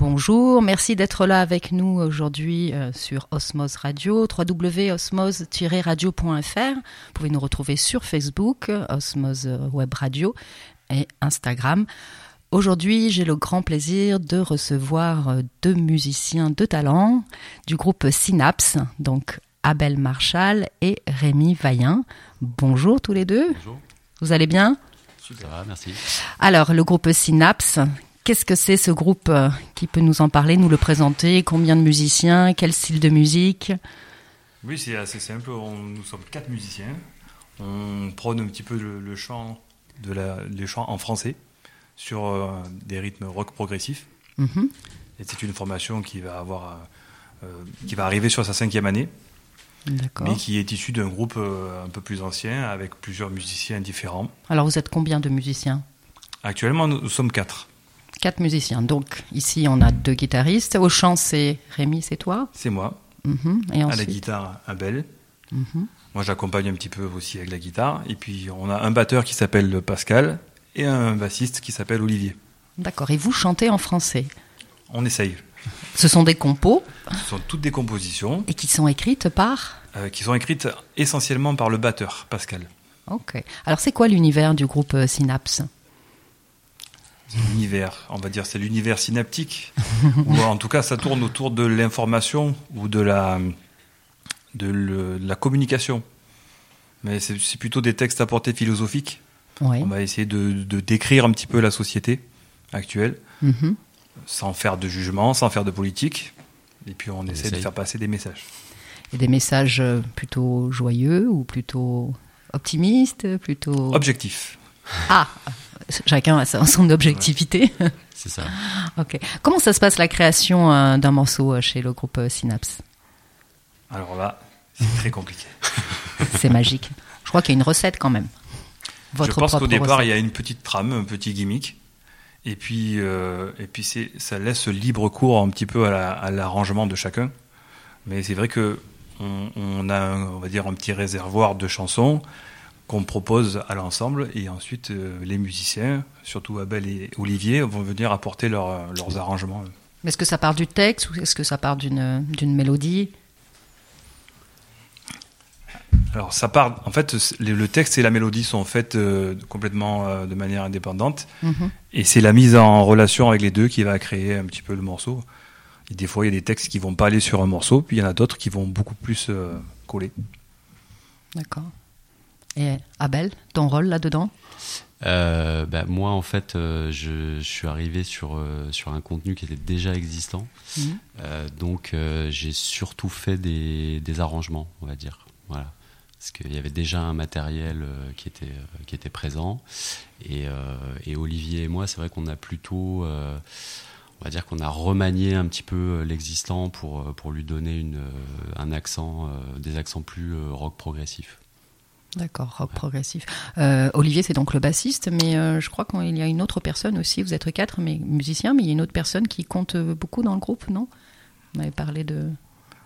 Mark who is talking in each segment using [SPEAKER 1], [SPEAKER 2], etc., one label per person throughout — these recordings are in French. [SPEAKER 1] Bonjour, merci d'être là avec nous aujourd'hui euh, sur Osmose Radio, www.osmose-radio.fr. Vous pouvez nous retrouver sur Facebook, Osmose Web Radio et Instagram. Aujourd'hui, j'ai le grand plaisir de recevoir euh, deux musiciens de talent du groupe Synapse, donc Abel Marshall et Rémi Vaillant. Bonjour tous les deux.
[SPEAKER 2] Bonjour.
[SPEAKER 1] Vous allez bien
[SPEAKER 2] Super, merci.
[SPEAKER 1] Alors, le groupe Synapse, Qu'est-ce que c'est ce groupe euh, Qui peut nous en parler, nous le présenter Combien de musiciens Quel style de musique
[SPEAKER 3] Oui, c'est assez simple. On, nous sommes quatre musiciens. On prône un petit peu le, le chant, de la, les chants en français sur euh, des rythmes rock progressifs.
[SPEAKER 1] Mhm.
[SPEAKER 3] Et c'est une formation qui va avoir, euh, qui va arriver sur sa cinquième année, mais
[SPEAKER 1] D'accord.
[SPEAKER 3] qui est issue d'un groupe euh, un peu plus ancien avec plusieurs musiciens différents.
[SPEAKER 1] Alors, vous êtes combien de musiciens
[SPEAKER 3] Actuellement, nous, nous sommes quatre.
[SPEAKER 1] Quatre musiciens. Donc, ici, on a deux guitaristes. Au chant, c'est Rémi, c'est toi.
[SPEAKER 3] C'est moi,
[SPEAKER 1] Mhm. Et
[SPEAKER 3] à la
[SPEAKER 1] ensuite,
[SPEAKER 3] guitare, Abel.
[SPEAKER 1] Mhm.
[SPEAKER 3] Moi, j'accompagne un petit peu aussi avec la guitare. Et puis, on a un batteur qui s'appelle Pascal et un bassiste qui s'appelle Olivier.
[SPEAKER 1] D'accord. Et vous chantez en français
[SPEAKER 3] On essaye.
[SPEAKER 1] Ce sont des compos
[SPEAKER 3] Ce sont toutes des compositions
[SPEAKER 1] et qui sont écrites par.
[SPEAKER 3] euh, qui sont écrites essentiellement par le batteur, Pascal.
[SPEAKER 1] Ok. Alors, c'est quoi l'univers du groupe euh, Synapse
[SPEAKER 3] L'univers, on va dire, c'est l'univers synaptique, ou en tout cas, ça tourne autour de l'information ou de la, de le- de la communication. Mais c'est c'est plutôt des textes à portée philosophique.
[SPEAKER 1] Oui.
[SPEAKER 3] On va essayer de, de décrire un petit peu la société actuelle,
[SPEAKER 1] Mhm.
[SPEAKER 3] sans faire de jugement, sans faire de politique. Et puis on, essaie de
[SPEAKER 2] essaye.
[SPEAKER 3] faire passer des messages.
[SPEAKER 1] Et des messages euh, plutôt joyeux ou plutôt optimistes, plutôt.
[SPEAKER 3] Objectif.
[SPEAKER 1] Ah, chacun a sa- son objectivité.
[SPEAKER 2] C'est ça.
[SPEAKER 1] ok. Comment ça se passe la création euh, d'un morceau euh, chez le groupe euh, Synapse
[SPEAKER 3] Alors là, c'est très compliqué.
[SPEAKER 1] C'est magique. Je crois qu'il y a une recette quand même. Votre
[SPEAKER 3] je pense
[SPEAKER 1] propre
[SPEAKER 3] qu'au départ,
[SPEAKER 1] recette.
[SPEAKER 3] il y a une petite trame, un petit gimmick. Et puis, euh, et puis c'est, ça laisse libre cours un petit peu à, la- à l'arrangement de chacun. Mais c'est vrai que on, on a, un, on va dire, un petit réservoir de chansons qu'on propose à l'ensemble. Et ensuite, euh, les musiciens, surtout Abel et Olivier, vont venir apporter leurs- leurs arrangements.
[SPEAKER 1] Mais Est-ce que ça part du texte ou est-ce que ça part d'une d'une mélodie
[SPEAKER 3] Alors ça part, en fait, c'est- le le texte et la mélodie sont faites euh, complètement euh, de manière indépendante,
[SPEAKER 1] Mhm.
[SPEAKER 3] et c'est la mise en relation avec les deux qui va créer un petit peu le morceau. Et des fois, il y a des textes qui vont pas aller sur un morceau, puis il y en a d'autres qui vont beaucoup plus euh, coller.
[SPEAKER 1] D'accord. Et Abel, ton rôle là-dedans
[SPEAKER 2] Euh, bah, moi, en fait, euh, je, je suis arrivé sur, euh, sur un contenu qui était déjà existant.
[SPEAKER 1] Mhm.
[SPEAKER 2] Euh, donc, euh, j'ai surtout fait des, des arrangements, on va dire. Voilà. Parce qu'il y avait déjà un matériel euh, qui, était, euh, qui était présent. Et, euh, et Olivier et moi, c'est vrai qu'on a plutôt. euh, on va dire qu'on a remanié un petit peu euh, l'existant pour, euh, pour lui donner une, euh, un accent, euh, des accents plus euh, rock progressif.
[SPEAKER 1] D'accord, rock progressif. Euh, Olivier, c'est donc le bassiste, mais euh, je crois qu'il y a une autre personne aussi. Vous êtes quatre mais, musiciens, mais il y a une autre personne qui compte euh, beaucoup dans le groupe, non On avait parlé de.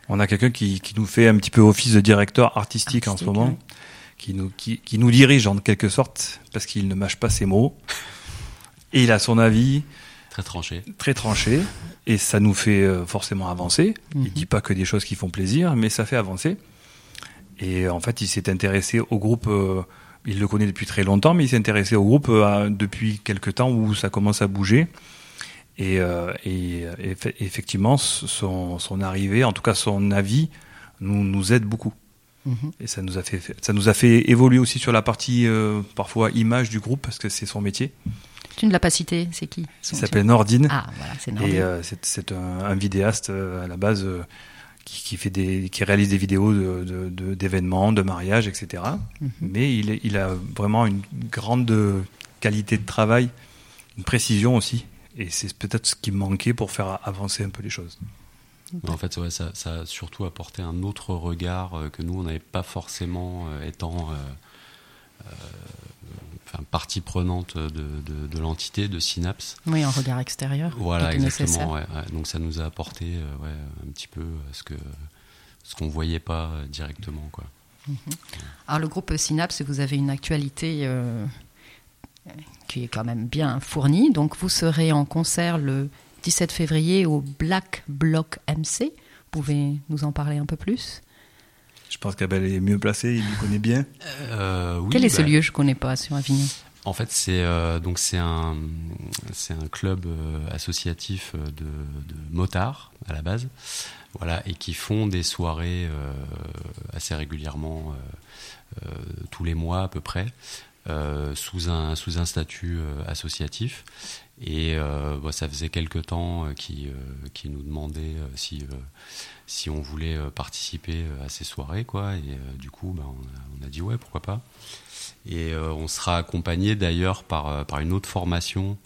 [SPEAKER 3] On a quelqu'un qui, qui nous fait un petit peu office de directeur artistique, en ce
[SPEAKER 1] Artistique,
[SPEAKER 3] moment,
[SPEAKER 1] ouais.
[SPEAKER 3] qui, nous, qui, qui nous dirige en quelque sorte, parce qu'il ne mâche pas ses mots, et il a son avis
[SPEAKER 2] Très tranché.
[SPEAKER 3] très tranché, et ça nous fait euh, forcément avancer.
[SPEAKER 1] Mhm.
[SPEAKER 3] Il dit pas que des choses qui font plaisir, mais ça fait avancer. Et euh, en fait, il s'est intéressé au groupe. euh, il le connaît depuis très longtemps, mais il s'est intéressé au groupe euh, à- depuis quelques temps où ça commence à bouger. Et, euh, et, euh, eff- effectivement, s- son, son arrivée, en tout cas son avis, nous, nous aide beaucoup.
[SPEAKER 1] Mhm.
[SPEAKER 3] Et ça nous a fait, ça nous a fait évoluer aussi sur la partie euh, parfois image du groupe parce que c'est son métier.
[SPEAKER 1] Tu ne l'as pas cité, c'est qui
[SPEAKER 3] Il s'appelle Nordine.
[SPEAKER 1] Ah, voilà, c'est normal.
[SPEAKER 3] Et euh, c'est c'est un, un vidéaste euh, à la base euh, qui, qui fait des, qui réalise des vidéos de- de- de- d'événements, de, mariages, etc. Mais il, est- il a vraiment une grande euh, qualité de travail, une précision aussi. Et c'est peut-être ce qui manquait pour faire avancer un peu les choses.
[SPEAKER 2] Mais en fait, ouais, ça, ça a surtout apporté un autre regard euh, que nous, on n'avait pas forcément euh, étant euh, euh, enfin, partie prenante de, de- de l'entité de Synapse.
[SPEAKER 1] Oui, un regard extérieur.
[SPEAKER 2] Voilà,
[SPEAKER 1] qui est nécessaire.
[SPEAKER 2] exactement. ouais, ouais. Donc ça nous a apporté euh, ouais, un petit peu euh, ce que ce qu'on voyait pas euh, directement. Quoi.
[SPEAKER 1] Alors, le groupe Synapse, vous avez une actualité euh, qui est quand même bien fournie. Donc, vous serez en concert le 17 février au Black Block MC. Vous pouvez nous en parler un peu plus
[SPEAKER 3] Je pense qu'Abel est mieux placé, il le connaît bien.
[SPEAKER 2] Euh, oui,
[SPEAKER 1] Quel est ce
[SPEAKER 2] bah,
[SPEAKER 1] lieu Je ne connais pas sur Avignon.
[SPEAKER 2] En fait, c'est euh, donc c'est un c'est un club euh, associatif euh, de, de motards à la base, voilà, et qui font des soirées euh, assez régulièrement euh, euh, tous les mois à peu près euh, sous un sous un statut euh, associatif. Et euh, bon, ça faisait quelques temps euh, qui euh, qui nous demandait euh, si euh, si on voulait euh, participer euh, à ces soirées quoi. Et euh, du coup, ben, on, a, on a dit ouais, pourquoi pas. Et euh, on sera accompagné d'ailleurs par, euh, par une autre formation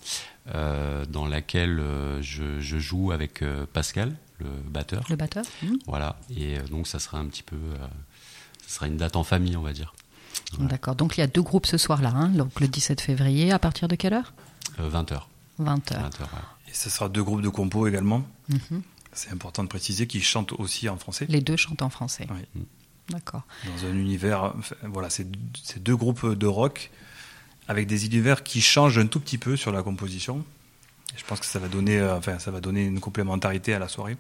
[SPEAKER 2] euh, dans laquelle euh, je, je joue avec euh, Pascal, le batteur.
[SPEAKER 1] Le batteur Hmm,
[SPEAKER 2] Voilà. Et euh, donc ça sera un petit peu, euh, ça sera une date en famille, on va dire. Ouais.
[SPEAKER 1] Hmm D'accord. Donc il y a deux groupes ce soir-là. hein. Donc le 17 février, à partir de quelle heure
[SPEAKER 2] 20h.
[SPEAKER 1] 20h.
[SPEAKER 3] Et ce sera deux groupes de compos également. C'est important de préciser qu'ils chantent aussi en français.
[SPEAKER 1] Les deux chantent en français.
[SPEAKER 3] Oui.
[SPEAKER 1] D'accord.
[SPEAKER 3] Dans un univers. enfin, Voilà, c'est c'est deux groupes de rock avec des univers qui changent un tout petit peu sur la composition. Et je pense que ça va donner, euh, enfin, ça va donner une complémentarité à la soirée.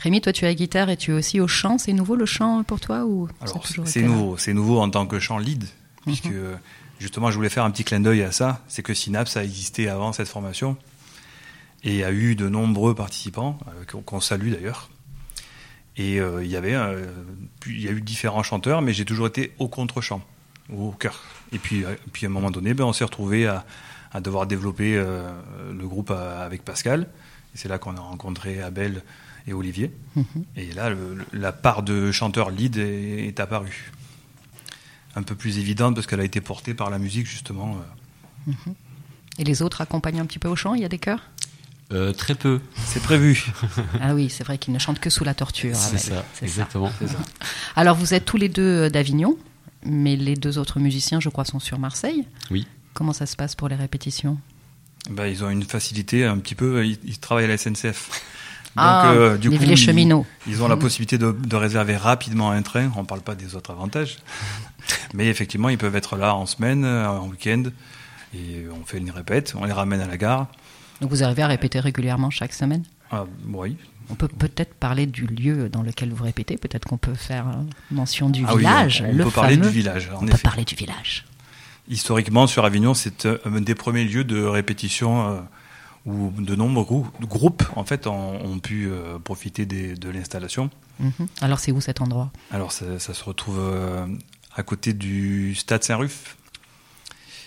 [SPEAKER 1] Rémi, toi, tu as la guitare et tu es aussi au chant. C'est nouveau le chant pour toi ou ça a
[SPEAKER 3] Alors,
[SPEAKER 1] toujours été
[SPEAKER 3] c'est
[SPEAKER 1] là
[SPEAKER 3] nouveau, c'est nouveau en tant que chant lead, puisque justement, je voulais faire un petit clin d'œil à ça. C'est que Synapse a existé avant cette formation et a eu de nombreux participants euh, qu'on- qu'on salue d'ailleurs. Et euh, il y avait, euh, puis il y a eu différents chanteurs, mais j'ai toujours été au contre-chant, au cœur. Et puis, euh, puis à un moment donné, ben, on s'est retrouvé à, à devoir développer euh, le groupe euh, avec Pascal. Et c'est là qu'on a rencontré Abel et Olivier. Et là, le- le- la part de chanteur lead est, est apparue. Un peu plus évidente parce qu'elle a été portée par la musique, justement. euh.
[SPEAKER 1] Et les autres accompagnent un petit peu au chant Il y a des chœurs
[SPEAKER 2] Euh, très peu.
[SPEAKER 3] C'est prévu.
[SPEAKER 1] Ah oui, c'est vrai qu'ils ne chantent que sous la torture. Abel. C'est ça.
[SPEAKER 2] Exactement.
[SPEAKER 1] Alors, vous êtes tous les deux euh, d'Avignon, mais les deux autres musiciens, je crois, sont sur Marseille.
[SPEAKER 2] Oui.
[SPEAKER 1] Comment ça se passe pour les répétitions
[SPEAKER 3] Ben, ils ont une facilité un petit peu. Ils, ils travaillent à la SNCF. Donc,
[SPEAKER 1] Ah,
[SPEAKER 3] euh, du
[SPEAKER 1] les,
[SPEAKER 3] coup,
[SPEAKER 1] les
[SPEAKER 3] ils-
[SPEAKER 1] cheminots. Mhm.
[SPEAKER 3] Ils, ont la possibilité de, de réserver rapidement un train. On ne parle pas des autres avantages. Mais effectivement, ils peuvent être là en semaine, euh, en week-end. Et on fait une répète. On les ramène à la gare.
[SPEAKER 1] Donc, vous arrivez à répéter régulièrement chaque semaine
[SPEAKER 3] Ah, oui,
[SPEAKER 1] On peut peut-être parler du lieu dans lequel vous répétez. Peut-être qu'on peut faire euh, mention du
[SPEAKER 3] Ah oui,
[SPEAKER 1] village.
[SPEAKER 3] on- on
[SPEAKER 1] le
[SPEAKER 3] peut parler
[SPEAKER 1] fameux-
[SPEAKER 3] du village, en
[SPEAKER 1] on peut
[SPEAKER 3] effet.
[SPEAKER 1] parler du village.
[SPEAKER 3] Historiquement, sur Avignon, c'est euh, un des premiers lieux de répétition euh, où de nombreux grou- groupes en fait, ont, ont pu euh, profiter des- de l'installation.
[SPEAKER 1] Mhm. Alors, c'est où cet endroit
[SPEAKER 3] Alors, ça, ça se retrouve euh, à côté du stade Saint-Ruf.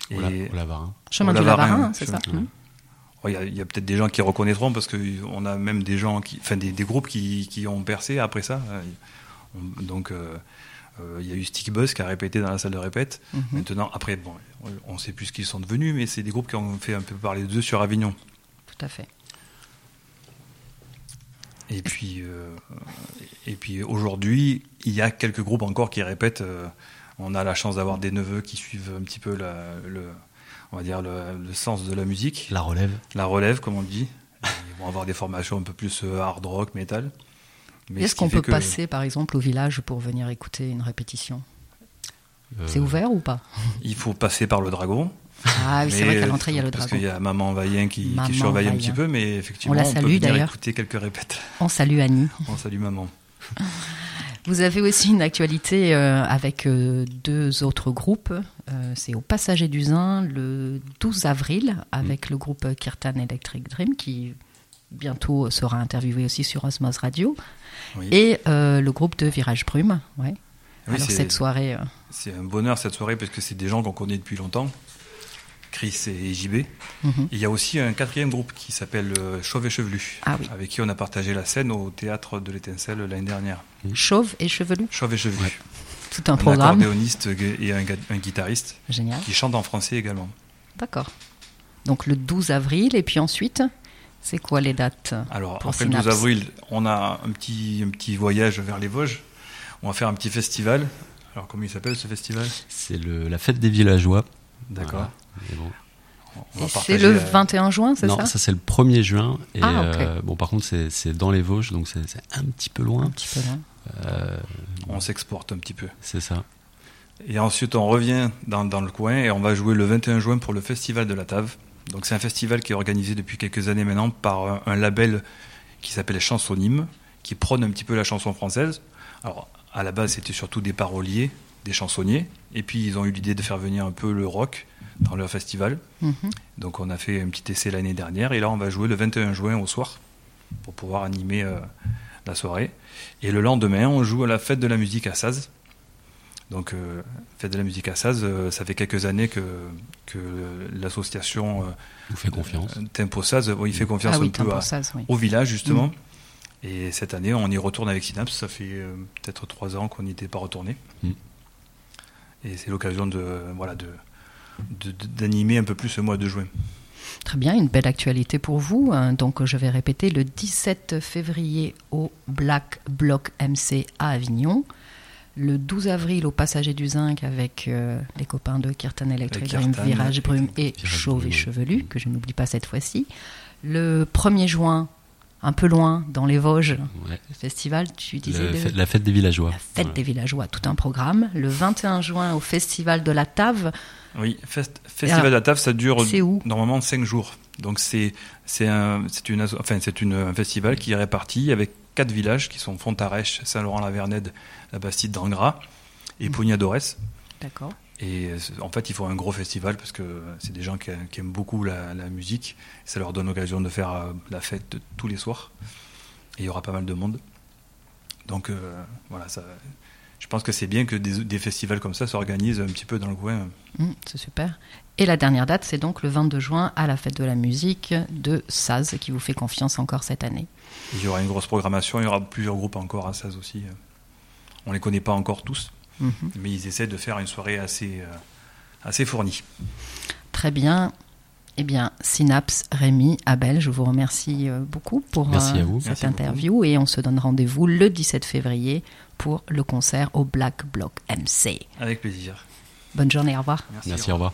[SPEAKER 3] Et-
[SPEAKER 2] Au la- hein. au Lavarin.
[SPEAKER 1] Chemin
[SPEAKER 3] Au
[SPEAKER 1] du
[SPEAKER 3] Lavarin,
[SPEAKER 1] Lavarin,
[SPEAKER 3] oui,
[SPEAKER 1] c'est ça
[SPEAKER 3] Ah, chemin-
[SPEAKER 1] Mhm.
[SPEAKER 3] Oh, Il y a, il y a peut-être des gens qui reconnaîtront parce qu'on a même des gens, qui, enfin des, des groupes qui, qui ont percé après ça. Euh, on- donc euh, euh, il y a eu Stick Buzz qui a répété dans la salle de répète.
[SPEAKER 1] Mhm.
[SPEAKER 3] Maintenant, après, bon, on ne sait plus ce qu'ils sont devenus, mais c'est des groupes qui ont fait un peu parler d'eux sur Avignon.
[SPEAKER 1] Tout à fait.
[SPEAKER 3] Et puis, euh, et puis aujourd'hui, il y a quelques groupes encore qui répètent. euh, on a la chance d'avoir des neveux qui suivent un petit peu la- le, on va dire le, le sens de la musique,
[SPEAKER 2] La relève.
[SPEAKER 3] la relève, comme on dit. Ils vont avoir des formations un peu plus euh, hard rock, metal. Mais
[SPEAKER 1] Est-ce
[SPEAKER 3] ce qui
[SPEAKER 1] qu'on
[SPEAKER 3] fait
[SPEAKER 1] peut
[SPEAKER 3] que-
[SPEAKER 1] passer, par exemple, au village pour venir écouter une répétition
[SPEAKER 2] Euh,
[SPEAKER 1] C'est ouvert ou pas
[SPEAKER 3] Il faut passer par le dragon.
[SPEAKER 1] Ah oui, c'est vrai
[SPEAKER 3] Mais,
[SPEAKER 1] qu'à l'entrée, il y a le
[SPEAKER 3] parce
[SPEAKER 1] dragon.
[SPEAKER 3] qu'il y a Maman Vaillant qui, qui
[SPEAKER 1] Maman
[SPEAKER 3] surveille un
[SPEAKER 1] Vaillant.
[SPEAKER 3] petit peu, mais effectivement,
[SPEAKER 1] la
[SPEAKER 3] on, peut
[SPEAKER 1] salue,
[SPEAKER 3] venir
[SPEAKER 1] d'ailleurs.
[SPEAKER 3] écouter quelques répètes.
[SPEAKER 1] On salue Annie.
[SPEAKER 3] On salue Maman.
[SPEAKER 1] Vous avez aussi une actualité euh, avec euh, deux autres groupes. Euh, c'est au Passager du Zin le 12 avril avec
[SPEAKER 3] Mmh.
[SPEAKER 1] le groupe Kirtan Electric Dream qui bientôt sera interviewé aussi sur Osmose Radio
[SPEAKER 3] Oui.
[SPEAKER 1] et euh, le groupe de Virage Brume. Ouais.
[SPEAKER 3] Oui,
[SPEAKER 1] Alors
[SPEAKER 3] c'est-
[SPEAKER 1] cette soirée, euh,
[SPEAKER 3] C'est un bonheur cette soirée parce que c'est des gens qu'on connaît depuis longtemps, Chris et JB.
[SPEAKER 1] Mhm.
[SPEAKER 3] Il y a aussi un quatrième groupe qui s'appelle euh, Chauve et Chevelu,
[SPEAKER 1] Ah oui.
[SPEAKER 3] avec qui on a partagé la scène au théâtre de l'étincelle l'année dernière.
[SPEAKER 1] chauve et chevelu,
[SPEAKER 3] Chauve et Chevelu,
[SPEAKER 1] tout un
[SPEAKER 3] un
[SPEAKER 1] programme
[SPEAKER 3] accordéoniste et un, ga- un guitariste
[SPEAKER 1] génial.
[SPEAKER 3] qui chante en français également.
[SPEAKER 1] D'accord. Donc le 12 avril et puis ensuite, c'est quoi les dates
[SPEAKER 3] Alors
[SPEAKER 1] Pour
[SPEAKER 3] après le
[SPEAKER 1] Synapse.
[SPEAKER 3] 12 avril, on a un petit, un petit voyage vers les Vosges. On va faire un petit festival. Alors comment il s'appelle ce festival
[SPEAKER 2] C'est le- la fête des villageois.
[SPEAKER 3] D'accord.
[SPEAKER 2] Voilà. Et bon.
[SPEAKER 3] On va
[SPEAKER 1] Et C'est
[SPEAKER 3] partager,
[SPEAKER 1] le
[SPEAKER 3] euh,
[SPEAKER 1] 21 juin, c'est
[SPEAKER 2] Non,
[SPEAKER 1] ça
[SPEAKER 2] ça, c'est le 1er juin. Et,
[SPEAKER 1] Ah, ok.
[SPEAKER 2] euh, bon, par contre, c'est c'est dans les Vosges, donc c'est c'est un petit peu
[SPEAKER 1] Un
[SPEAKER 2] loin.
[SPEAKER 1] petit peu là.
[SPEAKER 2] Euh,
[SPEAKER 3] On s'exporte un petit peu.
[SPEAKER 2] c'est ça.
[SPEAKER 3] Et ensuite, on revient dans, dans le coin et on va jouer le 21 juin pour le Festival de la Tave. Donc c'est un festival qui est organisé depuis quelques années maintenant par un, un label qui s'appelle Chansonime, qui prône un petit peu la chanson française. Alors à la base c'était surtout des paroliers, des chansonniers, et puis ils ont eu l'idée de faire venir un peu le rock dans leur festival.
[SPEAKER 1] Mhm.
[SPEAKER 3] Donc on a fait un petit essai l'année dernière, et là on va jouer le 21 juin au soir pour pouvoir animer euh, la soirée. Et le lendemain on joue à la fête de la musique à Saz. Donc euh, fête de la musique à Saz, euh, ça fait quelques années que, que l'association... euh,
[SPEAKER 2] vous fait confiance.
[SPEAKER 3] euh, Tempo Saz, bon, il fait confiance
[SPEAKER 1] ah oui, Mm.
[SPEAKER 3] un peu à-
[SPEAKER 1] Temporsaz, oui.
[SPEAKER 3] au village justement. Et cette année, on y retourne avec Synapse. Ça fait euh, peut-être trois ans qu'on n'y était pas retourné.
[SPEAKER 2] Mm.
[SPEAKER 3] Et c'est l'occasion de voilà de de- de- d'animer un peu plus ce mois de juin.
[SPEAKER 1] Très bien, une belle actualité pour vous. hein. Donc, je vais répéter le 17 février au Black Block MC à Avignon. Le 12 avril au Passager du Zinc avec euh, les copains de Kirtan Electric
[SPEAKER 3] Kirtan,
[SPEAKER 1] Dream, Virage Brume et
[SPEAKER 2] Virage
[SPEAKER 1] Chauve et
[SPEAKER 2] Brume, oui.
[SPEAKER 1] Chevelu, que je n'oublie pas cette fois-ci. Le 1er juin, un peu loin, dans les Vosges,
[SPEAKER 2] Ouais.
[SPEAKER 1] le festival, tu disais.
[SPEAKER 2] Le
[SPEAKER 1] de-
[SPEAKER 2] fait- la fête des villageois.
[SPEAKER 1] La fête
[SPEAKER 2] Voilà.
[SPEAKER 1] des villageois, tout un programme. Le 21 juin au Festival de la Tave,
[SPEAKER 3] Oui, fest- Festival de la Taf, ça dure
[SPEAKER 1] c'est où
[SPEAKER 3] normalement cinq jours. Donc c'est c'est un c'est une asso- enfin c'est une un festival qui est réparti avec quatre villages qui sont Fontarèche, Saint-Laurent-la-Vernède, la Bastide d'Angras
[SPEAKER 1] Mm.
[SPEAKER 3] et Pogna-Dorès.
[SPEAKER 1] D'accord.
[SPEAKER 3] Et euh, c'est- en fait, il faut un gros festival parce que c'est des gens qui, qui aiment beaucoup la, la musique. Ça leur donne l'occasion de faire euh, la fête tous les soirs. Et il y aura pas mal de monde. Donc euh, voilà, ça, je pense que c'est bien que des, des festivals comme ça s'organisent un petit peu dans le coin. euh,
[SPEAKER 1] Mm, c'est super. Et la dernière date, c'est donc le 22 juin à la fête de la musique de Saz, qui vous fait confiance encore cette année.
[SPEAKER 3] Il y aura une grosse programmation, il y aura plusieurs groupes encore à Saz aussi. On les connaît pas encore tous,
[SPEAKER 1] Mhm.
[SPEAKER 3] mais ils essaient de faire une soirée assez, euh, assez fournie.
[SPEAKER 1] Très bien. Eh bien, Synapse, Rémi, Abel, je vous remercie euh, beaucoup pour
[SPEAKER 2] Merci à vous.
[SPEAKER 1] cette
[SPEAKER 3] Merci beaucoup.
[SPEAKER 1] interview et on se donne rendez-vous le 17 février pour le concert au Black Block MC.
[SPEAKER 3] Avec plaisir.
[SPEAKER 1] Bonne journée, au revoir.
[SPEAKER 2] Merci, au revoir.